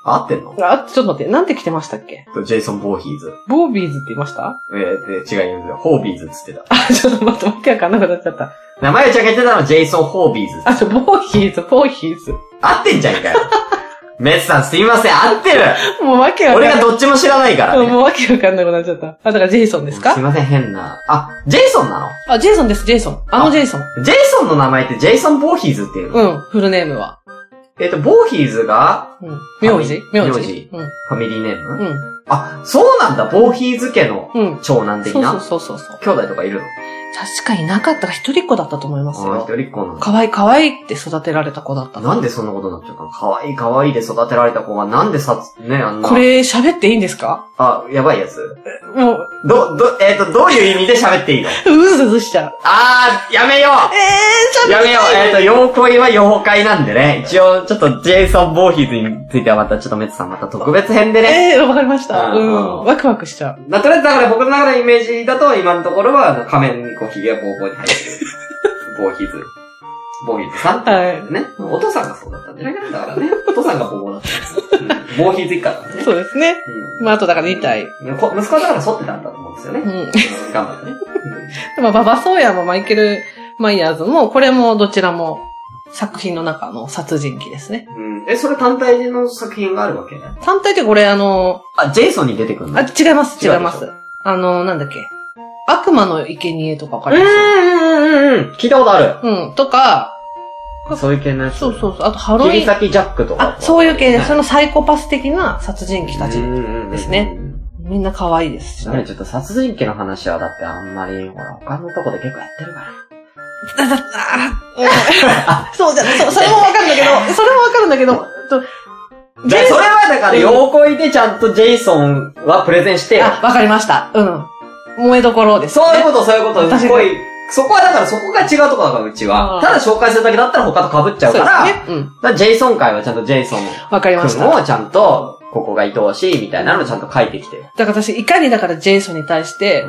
S1: あ合ってんの
S4: あ、ちょっと待って、なんて来てましたっけ
S1: ジェイソン・ボーヒーズ。
S4: ボービーズって言いました
S1: えー、で違いますよ。ホービーズっつってた。
S4: あ、ちょっと待って、わけわかんなくなっちゃった。
S1: 名前をちゃけてたのはジェイソン・ホービーズ。
S4: あ、ちょ、ボーヒーズ、ボーヒーズ。
S1: 合ってんじゃん
S4: [LAUGHS]
S1: かよ。メッツさんすいません、合ってる
S4: もうわけわかん
S1: 俺
S4: ない。
S1: がどっちも知らないから
S4: うんも
S1: ね。
S4: うわけわかんなくなっちゃった。あ、だからジェイソンで
S1: す
S4: す
S1: い
S4: か
S1: ません、変な。あ、ジェイソンなの
S4: あ、ジェイソンです、ジェイソン。あのジェイソン。
S1: ジェイソンの名前ってジェイソン・ボーヒーズっていうの、
S4: うん、フルネームは。
S1: えっ、と、ボーヒーズが
S4: うん。名字
S1: 名
S4: 名
S1: 字
S4: 字。うん。
S1: ファミリーネーム、
S4: うん。
S1: あ、そうなんだ、ボーヒーズ家の
S4: うん。
S1: 長男的
S4: そう
S1: な。
S4: そうそうそうそう。
S1: 兄弟とかいるの
S4: 確かいなかったが一人っ子だったと思います
S1: ああ、
S4: よ。
S1: 一人っ子なんだ。
S4: 可愛い可愛いって育てられた子だったの
S1: なんでそんなことになっちゃったのかわいいかわいいで育てられた子がなんでさ、ね、あんな。
S4: これ喋っていいんですか
S1: あ、やばいやつ。
S4: もう、 [LAUGHS]
S1: ど、ど、えっ、と、どういう意味で喋っていいの
S4: うずうずしちゃう。
S1: あー、やめよ
S4: えー、
S1: うやめようえっ、と、妖怪は妖怪なんでね。一応、ちょっとジェイソン・ボーヒーズについてはまた、ちょっとメツさんまた特別編でね。
S4: えー、わかりまし
S1: う
S4: た。うんん。ワクワクしちゃう。
S1: まあとりあえず、だから僕の中のイメージだと、今のところは、あの仮面にこう、髭がボーボーに入ってる。ボーヒーズ。ボーヒーズさんって言うんだよね。お父さんがそうだったんじゃないかな。だからね。お父さんがボーボーだったんですよ。うんボーヒーズ一家だったんですね。
S4: そうですね。
S1: うん
S4: まあ、あとだから2体。
S1: こ息子はだから剃ってたんだと思うんですよね。
S4: うん。 [LAUGHS]
S1: 頑張ってね。うん
S4: まあ、ババソーヤもマイケル・マイヤーズも、これもどちらも作品の中の殺人鬼ですね。
S1: うん。え、それ単体での作品があるわけ
S4: 単体でこれあの、
S1: あ、ジェイソンに出てくるの
S4: あ、違います、
S1: 違う
S4: 違います。あの、なんだっけ。悪魔の生贄とかわか
S1: うん
S4: ります
S1: うんうんうん。聞いたことある。
S4: うん、とか、
S1: そういう系のやつ。
S4: そうそう
S1: う。
S4: そう、あとハロウ
S1: 切り
S4: ィン。
S1: 裂きジャックとか。
S4: あ、そういう系で、
S1: ね
S4: そのサイコパス的な殺人鬼たち。
S1: うん
S4: ですね。みんな可愛いですし
S1: なんで
S4: ね。
S1: ちょっと殺人鬼の話はだってあんまり、ほら、他のとこで結構やってるから。
S4: だだあうんそうじゃない、そそれもわかるんだけ [LAUGHS] ど、それもわかるんだけど、
S1: じ
S4: と
S1: ゃあ
S4: ジェイ
S1: そ
S4: ソン
S1: れはだから、妖怪でちゃんとジェイソンはプレゼンしてよ、
S4: あ、わかりました。うん。萌えどころです、ね。
S1: そういうこと、そういうこと、
S4: 私
S1: すごい。そこはだからそこが違うところだから、うちは。
S4: あー
S1: ただ紹介するだけだったら他と被っちゃうから、
S4: そ
S1: だ
S4: うで
S1: か
S4: すね。うん。
S1: らジェイソン界はちゃんとジェイソン
S4: わかりまし
S1: 君
S4: た。
S1: をちゃんと、ここが愛おしいみたいなのをちゃんと書いてきてる。
S4: だから私、いかにだからジェイソンに対して、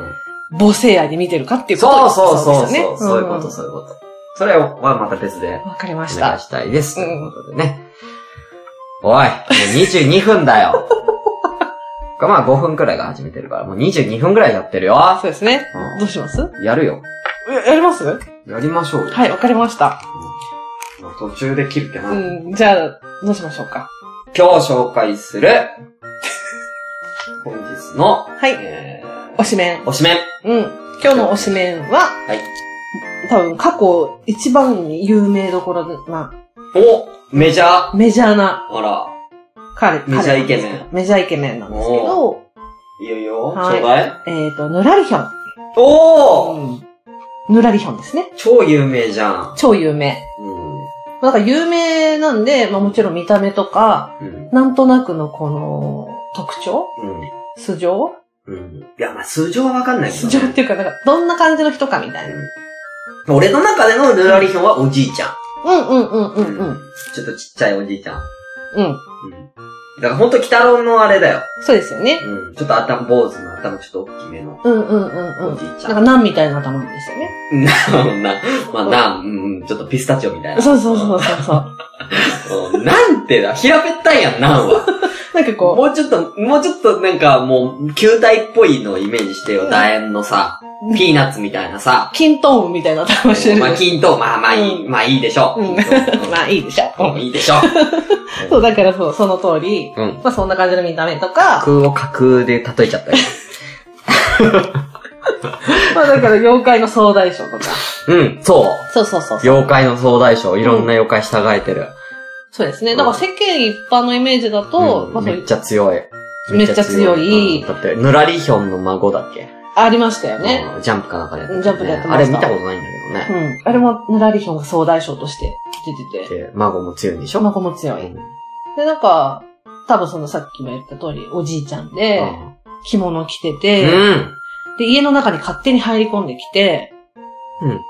S4: 母性愛で見てるかっていうこと
S1: そ
S4: を
S1: うそうそう
S4: ですよ
S1: そう。そういうこと、そういうこと。それはまた別で
S4: うんわかりま
S1: お
S4: し
S1: 願い
S4: た。
S1: したいです。と
S4: うん
S1: いうことでね。おい、もう22分だ
S4: [LAUGHS]
S1: よ。まあ5分くらいが始めてるから、もう22分くらいやってるよ。
S4: そうですね
S1: う。ん
S4: どうします
S1: やるよ。
S4: ややりますは
S1: やりましょうよ。
S4: い、わかりました。
S1: 途中で切るってな。
S4: うん、じゃあ、どうしましょうか。
S1: 今日紹介する、本日の、
S4: はい、
S1: え
S4: おしめん。
S1: ー、おしめん。
S4: うん。今日のおしめんは、
S1: はい
S4: 多分過去一番に有名どころな、
S1: おメジャー。
S4: メジャーな
S1: ほら、
S4: 彼、
S1: メジャーイケメン
S4: 彼なんですけど。メジャーイケメンなんですけど、
S1: いいよいいよ、
S4: はい
S1: ちょうだい。
S4: えっ、ー、と、ヌラリヒョン。
S1: おー
S4: ヌラリヒョンですね。
S1: 超有名じゃん。
S4: 超有名。
S1: う
S4: なんか有名なんで、まあもちろん見た目とか、
S1: ん。うん。
S4: なんとなくのこの特徴素性
S1: うん。うん。いや、まあ、素性はわかんないけど
S4: 素
S1: ね。
S4: 性っていうか、なんかどんな感じの人かみたいな。
S1: うん俺の中でのルラリヒョンはおじいちゃん。
S4: うんうんうんうんうん。
S1: ちょっとちっちゃいおじいちゃん。
S4: うん。
S1: うん。だからほんと、北郎のあれだよ。
S4: そうですよね。
S1: うん。ちょっと頭、坊主の頭ちょっと大きめの
S4: うんうんうんう
S1: お
S4: ん。
S1: じいち
S4: なん
S1: ゃ
S4: か
S1: ん。
S4: ナンみたいな頭ですよね。
S1: [LAUGHS] なん、な、まあ、なん、うんうん、ちょっとピスタチオみたいな。
S4: そうそうそうそうそ
S1: う
S4: う。
S1: ん。なんてだ、平べったいやん、なんは。
S4: [LAUGHS] なんかこ
S1: もうちょっと、もうちょっとなんかもう、球体っぽいのをイメージしてよ。楕円のさ、ピーナッツみたいなさ。
S4: う、キントーンみたいな頭してる。
S1: まあ、均等、まあまあいい、
S4: う
S1: まあいいでしょう。
S4: うん
S1: うん
S4: まあいいでしょ。
S1: うんいいでしょう。
S4: そう、だからそう、その通り。
S1: うん。
S4: まあそんな感じの見た目とか、
S1: 空を架空で例えちゃったよ。
S4: まあだから妖怪の総大将とか。
S1: うん、そう。
S4: そうそうそうそう。
S1: 妖怪の総大将、いろんな妖怪従えてる。
S4: そうですね。だから世間一般のイメージだと、
S1: うん
S4: まあそうい
S1: めっ
S4: う
S1: ち、ゃ強い。
S4: めっちゃ強い
S1: うんだって、ぬらりひょんの孫だっけ
S4: ありましたよね。
S1: うんジャンプかなんかでやってたよね
S4: ジャンプでやってま
S1: あ
S4: した
S1: れ見たことないんだけど
S4: う
S1: ね。
S4: ん。あれも、ヌラリヒョンが総大将として出てて、
S1: で、孫も強いんでしょ
S4: 孫も強い。で、なんか、多分そのさっきも言った通り、おじいちゃんで、着物着て
S1: う
S4: て、
S1: ん。
S4: で、家の中に勝手に入り込んできて、
S1: うん。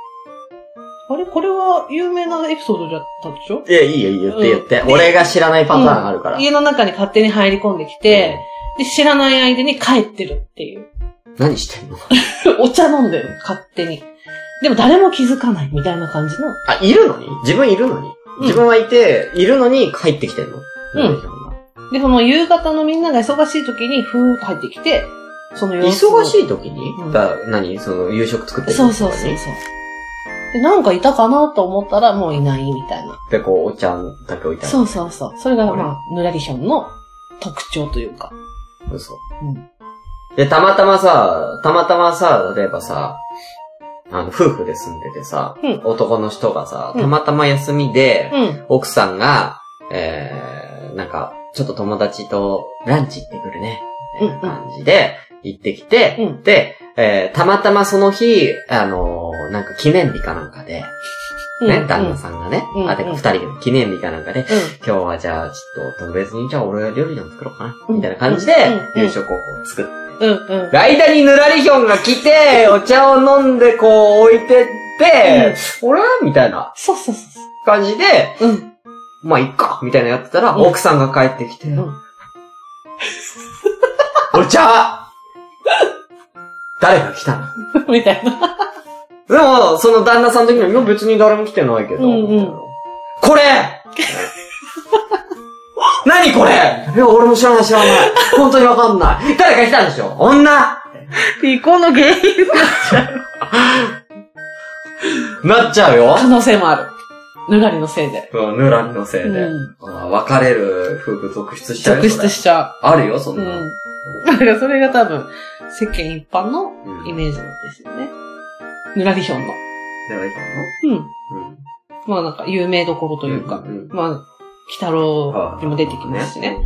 S4: あれこれは有名なエピソードだったでしょ
S1: いや、いいよ、いいよ、言って言って。
S4: うん
S1: 俺が知らないパターンあるから。
S4: 家の中に勝手に入り込んできて、で、知らない間に帰ってるっていう。 [LAUGHS]
S1: うん何してんの
S4: お茶飲んでる、勝手に。でも誰も気づかないみたいな感じの。
S1: あ、いるのに自分いるのに
S4: うん
S1: 自分はいて、いるのに帰ってきてんの
S4: うん
S1: なるほ
S4: で、その夕方のみんなが忙しい時に、ふーっと入ってきて、その
S1: ど
S4: 様
S1: 忙
S4: 子を
S1: しい時に
S4: うん
S1: だ何その、夕食作ってる時
S4: そう
S1: に
S4: そうそうそう。で、なんかいたかなと思ったら、もういないみたいな。
S1: で、こう、お茶だけ置いてある。
S4: そうそうそう。それが、
S1: あれ
S4: まあ、ヌラリヒョンの特徴というか。
S1: 嘘。
S4: うん
S1: で、たまたまさ、たまたまさ、例えばさ、あの、夫婦で住んでてさ、
S4: うん
S1: 男の人がさ、
S4: うん
S1: たまたま休みで、
S4: うん。
S1: 奥さんが、えー、なんか、ちょっと友達とランチ行ってくるね、みたいな感じで、行ってきて、
S4: うん
S1: で、えー、たまたまその日、あのーなんか記念日かなんかで、ね、
S4: うん
S1: 旦那さんがね、
S4: うん
S1: あ、てか
S4: うん
S1: 二人で記念日かなんかで、
S4: うん。
S1: 今日はじゃあ、ちょっと特別に、じゃあ俺料理でも作ろうかな、
S4: うん
S1: みたいな感じで
S4: うん、うん
S1: 夕食をこう作って。
S4: うんうん。
S1: 間にぬらりひょんが来て、お茶を飲んでこう置いてって、俺みたいな
S4: そうそうそうそ
S1: 感じで、
S4: う。うん。 [LAUGHS]
S1: まあ、いっかみたいなやってたら、
S4: うん
S1: 奥さんが帰ってきて、
S4: ん
S1: [LAUGHS] お茶誰が来たの
S4: みたいな。
S1: でも、その旦那さん的には、いや別に誰も来てないけど。
S4: うんうん
S1: みたいなこれ
S4: [LAUGHS]
S1: 何これいや、俺も知らない知らない。本当にわかんない。誰か来たんでしょ女
S4: 離婚の原因
S1: なっちゃうよ
S4: 可。能性もある。ぬらりのせいで。
S1: うん、ヌランのせいで。
S4: うん
S1: あ別れる夫婦続出しちゃうよ。
S4: 続出しちゃ
S1: それあるよ、そ
S4: うんう
S1: なんの。。
S4: だからそれが多分、世間一般の
S1: うん
S4: イメージなんですよね。ぬらりひょんの。
S1: 誰がいた
S4: うん。
S1: のうん。
S4: まあなんか、有名どころというか。
S1: うんうん
S4: まあ、北郎にも出てきますしね。。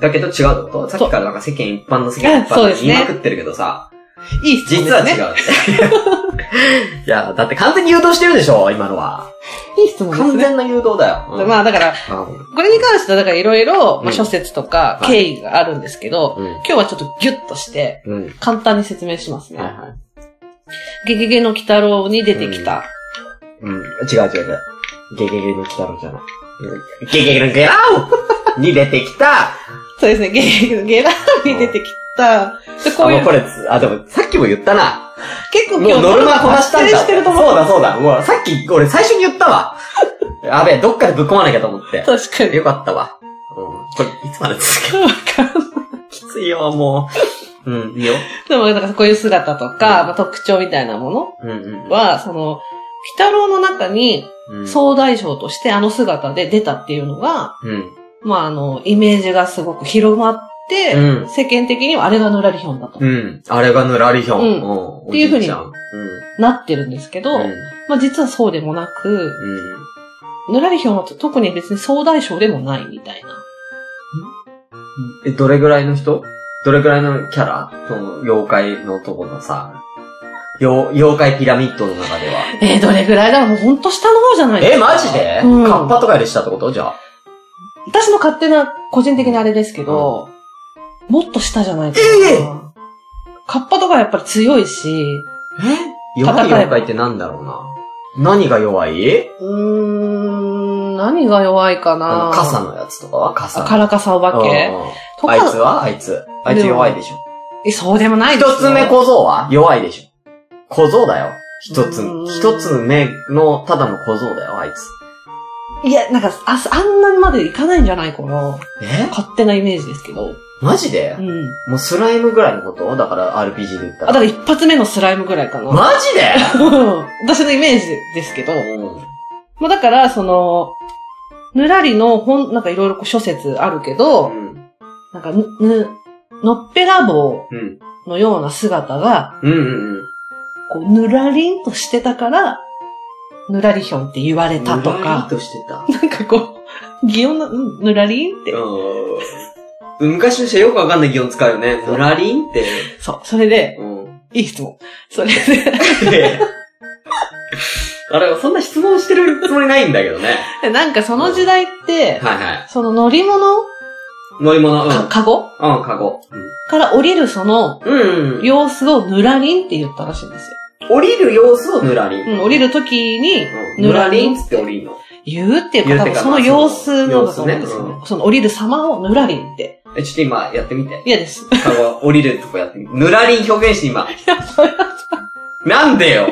S1: だけど違うってことさっきからなんか世間一般の世間一
S4: そう
S1: 般
S4: で
S1: の
S4: すね
S1: 言いまくってるけどさ、
S4: いい質
S1: 実
S4: 問で
S1: は
S4: す
S1: 違
S4: ね。
S1: う [LAUGHS] って。いや、だって完全に誘導してるでしょ、今のは。
S4: いい質問です
S1: 完
S4: ね。
S1: 全な誘導だよ。うん
S4: まあだから、
S1: あごめん
S4: これに関してはだからいろいろ、
S1: う
S4: まあ
S1: ん
S4: 諸説とか
S1: はい
S4: 経緯があるんですけど、
S1: うん。
S4: 今日はちょっとギュッとして、
S1: うん。
S4: 簡単に説明します
S1: はい
S4: ね。
S1: はい。
S4: ゲゲゲの鬼太郎に出てきた。
S1: うん。違う違う違う。ゲゲゲの鬼太郎じゃない。うんゲゲゲのゲラ
S4: [LAUGHS]
S1: ウに出てきた、
S4: そうですね、ゲゲゲのゲラーに出てきた。で、こ
S1: あ、
S4: うい
S1: もう
S4: う、
S1: こ
S4: 結
S1: れ、あ、でもさっきも言ったな。
S4: 構
S1: も
S4: 今
S1: う
S4: 日
S1: ノルマこなしたんだ。
S4: してると思う。
S1: そうだそうだ。もうさっき俺最初に言ったわ。やべえ、どっかでぶっ込まなきゃと思って。
S4: 確かに。
S1: よかったわ。うんこれ、いつまで続けるきついよ、もう。うん、いいよ。
S4: でも、なんかこういう姿とか、まあ、特徴みたいなもの
S1: うんうん。
S4: は、その、ピタロウの中に
S1: うん、
S4: 総大将としてあの姿で出たっていうのが、
S1: うん。
S4: まあ、あの、イメージがすごく広まって、
S1: うん
S4: 世間的にはあれがヌラリヒョンだと、
S1: うん。あれがぬらりひょん。
S4: うん
S1: ん。
S4: っていうふうに
S1: おじちゃんう
S4: なってるんですけど、
S1: ん。
S4: まあ、実はそうでもなく、
S1: うん。うん。
S4: ヌラリヒョンは特に別に総大将でもないみたいな。
S1: え、どれぐらいの人どれぐらいのキャラその、妖怪のとこのさ、妖、妖怪ピラミッドの中で
S4: [LAUGHS]
S1: は。
S4: えー、どれぐらいだろうもうほんと下の方じゃないです
S1: え、
S4: か。
S1: マジで、
S4: うん
S1: カッパとかよりしたってことじゃあ。
S4: 私の勝手な、個人的なあれですけど、もっと下じゃないか
S1: え
S4: な。カッパとかやっぱり強いし、
S1: え弱い妖怪ってなんだろうな。何が弱いう
S4: ーん、何が弱いか
S1: あ
S4: な
S1: の、傘のやつとかは傘。
S4: あからかさお化
S1: う
S4: け
S1: んうん
S4: と
S1: あいつ
S4: か、
S1: はあいつ。あいつ弱いでしょ。
S4: え、そうでもないですよ
S1: 一つ目小僧は弱いでしょ。小僧だよ。一つ
S4: うーん、
S1: 一つ目のただの小僧だよ、あいつ。
S4: いや、なんか、あ、あんなまでいかないんじゃないかな。
S1: え
S4: 勝手なイメージですけど。
S1: マジで、
S4: うん。
S1: もうスライムぐらいのことだから RPG で言ったら。
S4: あ、だから一発目のスライムぐらいかな。
S1: マジで
S4: 私のイメージですけど。まあだから、その、ぬらりの本、なんかいろいろこう諸説あるけ
S1: う
S4: ど、
S1: ん。
S4: なんか、ぬ、ぬ、のっぺらぼ
S1: うん。
S4: うのような姿が、
S1: うんうんうん。
S4: こう、ぬらりんとしてたから、ぬらりひょんって言われたと
S1: ぬらり
S4: か、
S1: としてた。
S4: なんかこう、擬音の、んぬらりんって、
S1: うん。昔の人よくわかんない擬音使うよね。ぬらりんって。
S4: そう、それで、
S1: うん。
S4: いい質問。それで、
S1: あれ、そんな質問してるつもりないんだけどね。
S4: なんかその時代って、
S1: はいはい。
S4: その乗り物、
S1: 乗り物、うん。う
S4: か、
S1: ん、
S4: かご
S1: カゴ。
S4: から降りるその
S1: うん。うんうん。
S4: 様子をぬらりんって言ったらしいんですよ。
S1: 降りる様子をぬらりん。
S4: うん、降りる時に、
S1: うん。ぬらりんっつって降りるの。
S4: 言うっていう
S1: 言う
S4: か、
S1: ってい
S4: 多
S1: う
S4: 分
S1: か
S4: その様子なんだと思うんです
S1: そ
S4: よ
S1: の様子
S4: ね
S1: ね。
S4: その降りる様をぬらりんって。
S1: え、ちょっと今やってみて。
S4: 嫌です。
S1: カゴ、降りるとこやってみて。ぬらりん表現して今。なんでよ。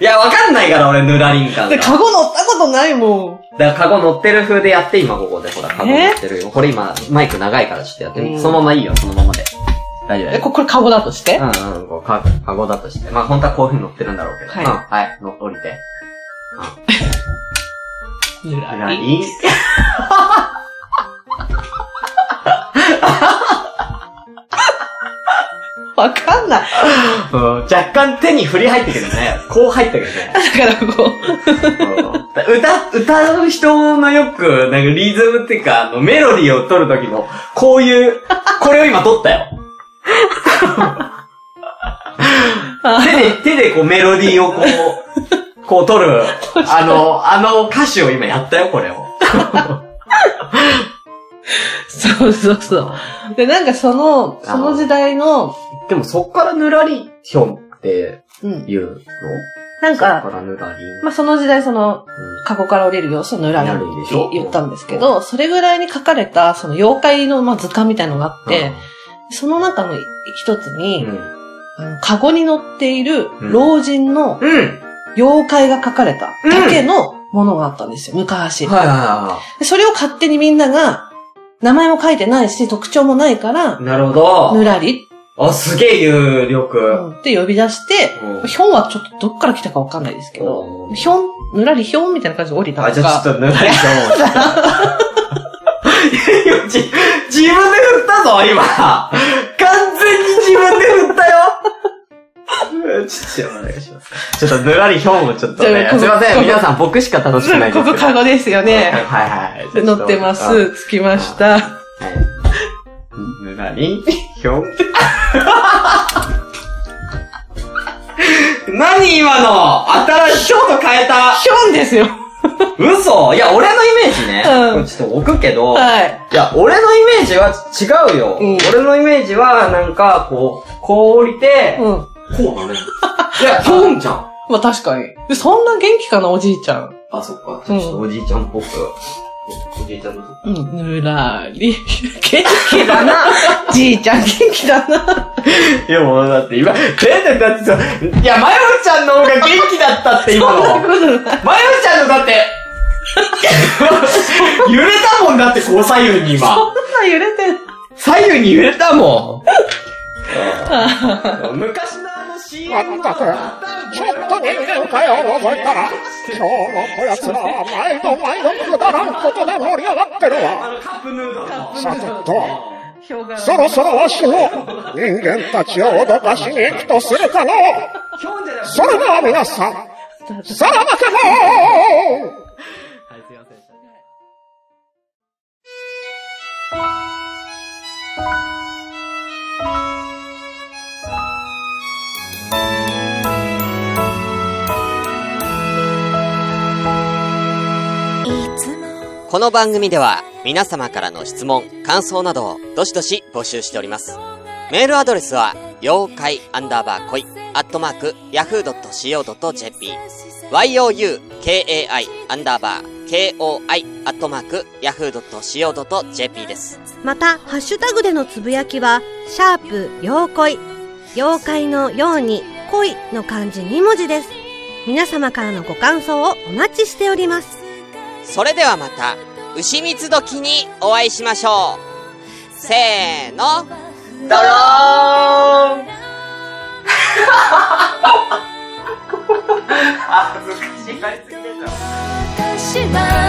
S1: いや、わかんないから俺、ぬらりん感が。
S4: で、
S1: だか
S4: カゴ乗ったことないも
S1: らカゴ乗ってる風でやって、今ここで。ほら、カゴ乗ってるよ。これ今、マイク長いからちょっとやってみ
S4: う
S1: て。
S4: ん
S1: そのままいいよ、そのままで。大丈夫
S4: ん。え、
S1: 大丈
S4: ここれカゴだとして。
S1: 夫。うんうん、こう、カゴ、カゴだとして。まあ、本当はこういう風に乗ってるんだろうけど。
S4: はい
S1: うん、はい、の降りて。
S4: ぬ
S1: ぬ
S4: ら
S1: ら
S4: りん。
S1: りん。
S4: わかんない。
S1: うん若干手に振り入ったけどね。こう入ったけどね。
S4: だからこう、
S1: 歌、歌う人のよく、なんかリズムっていうか、あの、メロディーを取るときの、こういう、これを今取ったよ。手で、手でこうメロディーをこう、こう取る、あの、あの歌詞を今やったよ、これを。
S4: そうそうそう。で、なんかその、その時代の、
S1: でもそっからぬらりひょんって
S4: うん。
S1: 言うの
S4: なん
S1: だか
S4: か、
S1: らぬらりん。
S4: まあ、その時代その、カゴから降りる様子をぬらりんっ
S1: ぬらりんで
S4: て
S1: しょ
S4: 言ったんですけど、それぐらいに書かれた、その妖怪の、まあ、図鑑みたいのがあって、その中の一つ
S1: う
S4: に、
S1: ん。
S4: あのカゴに乗っている
S1: うん
S4: 老人の
S1: うん。
S4: 妖怪が書かれただけのものがあったんですよ、昔、
S1: はいはいは
S4: でそれを勝手にみんなが、名前も書いてないし、特徴もないから
S1: い。、なるほ
S4: ぬ
S1: ど。
S4: らり、
S1: あ、すげえ有
S4: う
S1: 力。
S4: んって呼び出して、
S1: うん
S4: ひょんはちょっとどっから来たかわかんないですけ
S1: う
S4: ど
S1: ん、
S4: ひょん、ぬらりひょんみたいな感じで降りた
S1: あ、
S4: と
S1: じゃあち
S4: か、
S1: ょっとぬらりひょん。いやじ自分で振ったぞ、今完全に自分で振ったよちょっとお願いします。ちょっとぬらりひょんもちょっと
S4: じゃ
S1: ね
S4: あ、ここ
S1: すいませ
S4: こ
S1: ん、
S4: こ
S1: 皆さん僕しか楽しくないです
S4: こ
S1: けど。
S4: こカゴですよね。
S1: はいはい。
S4: で乗ってま
S1: あはい
S4: す。着きました。
S1: ぬらりひょん。何今の新しいひょんと変えた
S4: ひょんですよ。
S1: 嘘いや、俺のイメージね。
S4: うん
S1: これちょっと置くけど、
S4: はい。
S1: いや、俺のイメージは違うよ。
S4: うん
S1: 俺のイメージは、なんか、こう、こう降りて、
S4: うん。
S1: こうな
S4: [LAUGHS]
S1: る。いや、ひょんじゃん。
S4: まあ確かに。でそんな元気かな、おじいちゃん。
S1: あ、そっか。ち
S4: う
S1: ょ
S4: ん
S1: っとおじいちゃんっぽく。おじいちゃんのとこ
S4: うん。ぬらり。元
S1: い
S4: 気
S1: や
S4: だな。
S1: な。
S4: じいちゃん元気だな。
S1: [LAUGHS] いや、もうだって今、全然だってさ、いや、まよちゃんの方が元気だったって今の。まよち [LAUGHS]
S4: [LAUGHS]
S1: ゃんのだって、揺れたもんだって、こう左右に今。
S4: そんな
S6: 左右に揺れた [LAUGHS] もん。昔のあの CM
S7: まったく、ちょっと人間界を覗いたら、今日もこやつらは毎度毎度くだらんことで盛り上がってるわ。
S6: カップヌードルの。
S7: さてと、そろそろわしも人間たちを脅かしに行くとするかのう。それでは皆さん、さらばかのう
S5: [LAUGHS] この番組では皆様からの質問、感想などをどしどし募集しております。メールアドレスは、妖怪アンダーバー恋、アットマーク、yahoo.co.jp、youkai アンダーバー、koi アットマーク、yahoo.co.jp です。
S3: また、ハッシュタグでのつぶやきは、シャープ、妖恋。妖怪のように、恋の漢字2文字です。皆様からのご感想をお待ちしております。
S5: それではまた、牛蜜時にお会いしましょう。せーの。
S6: ドローン
S1: 恥ずかしい。
S2: 私は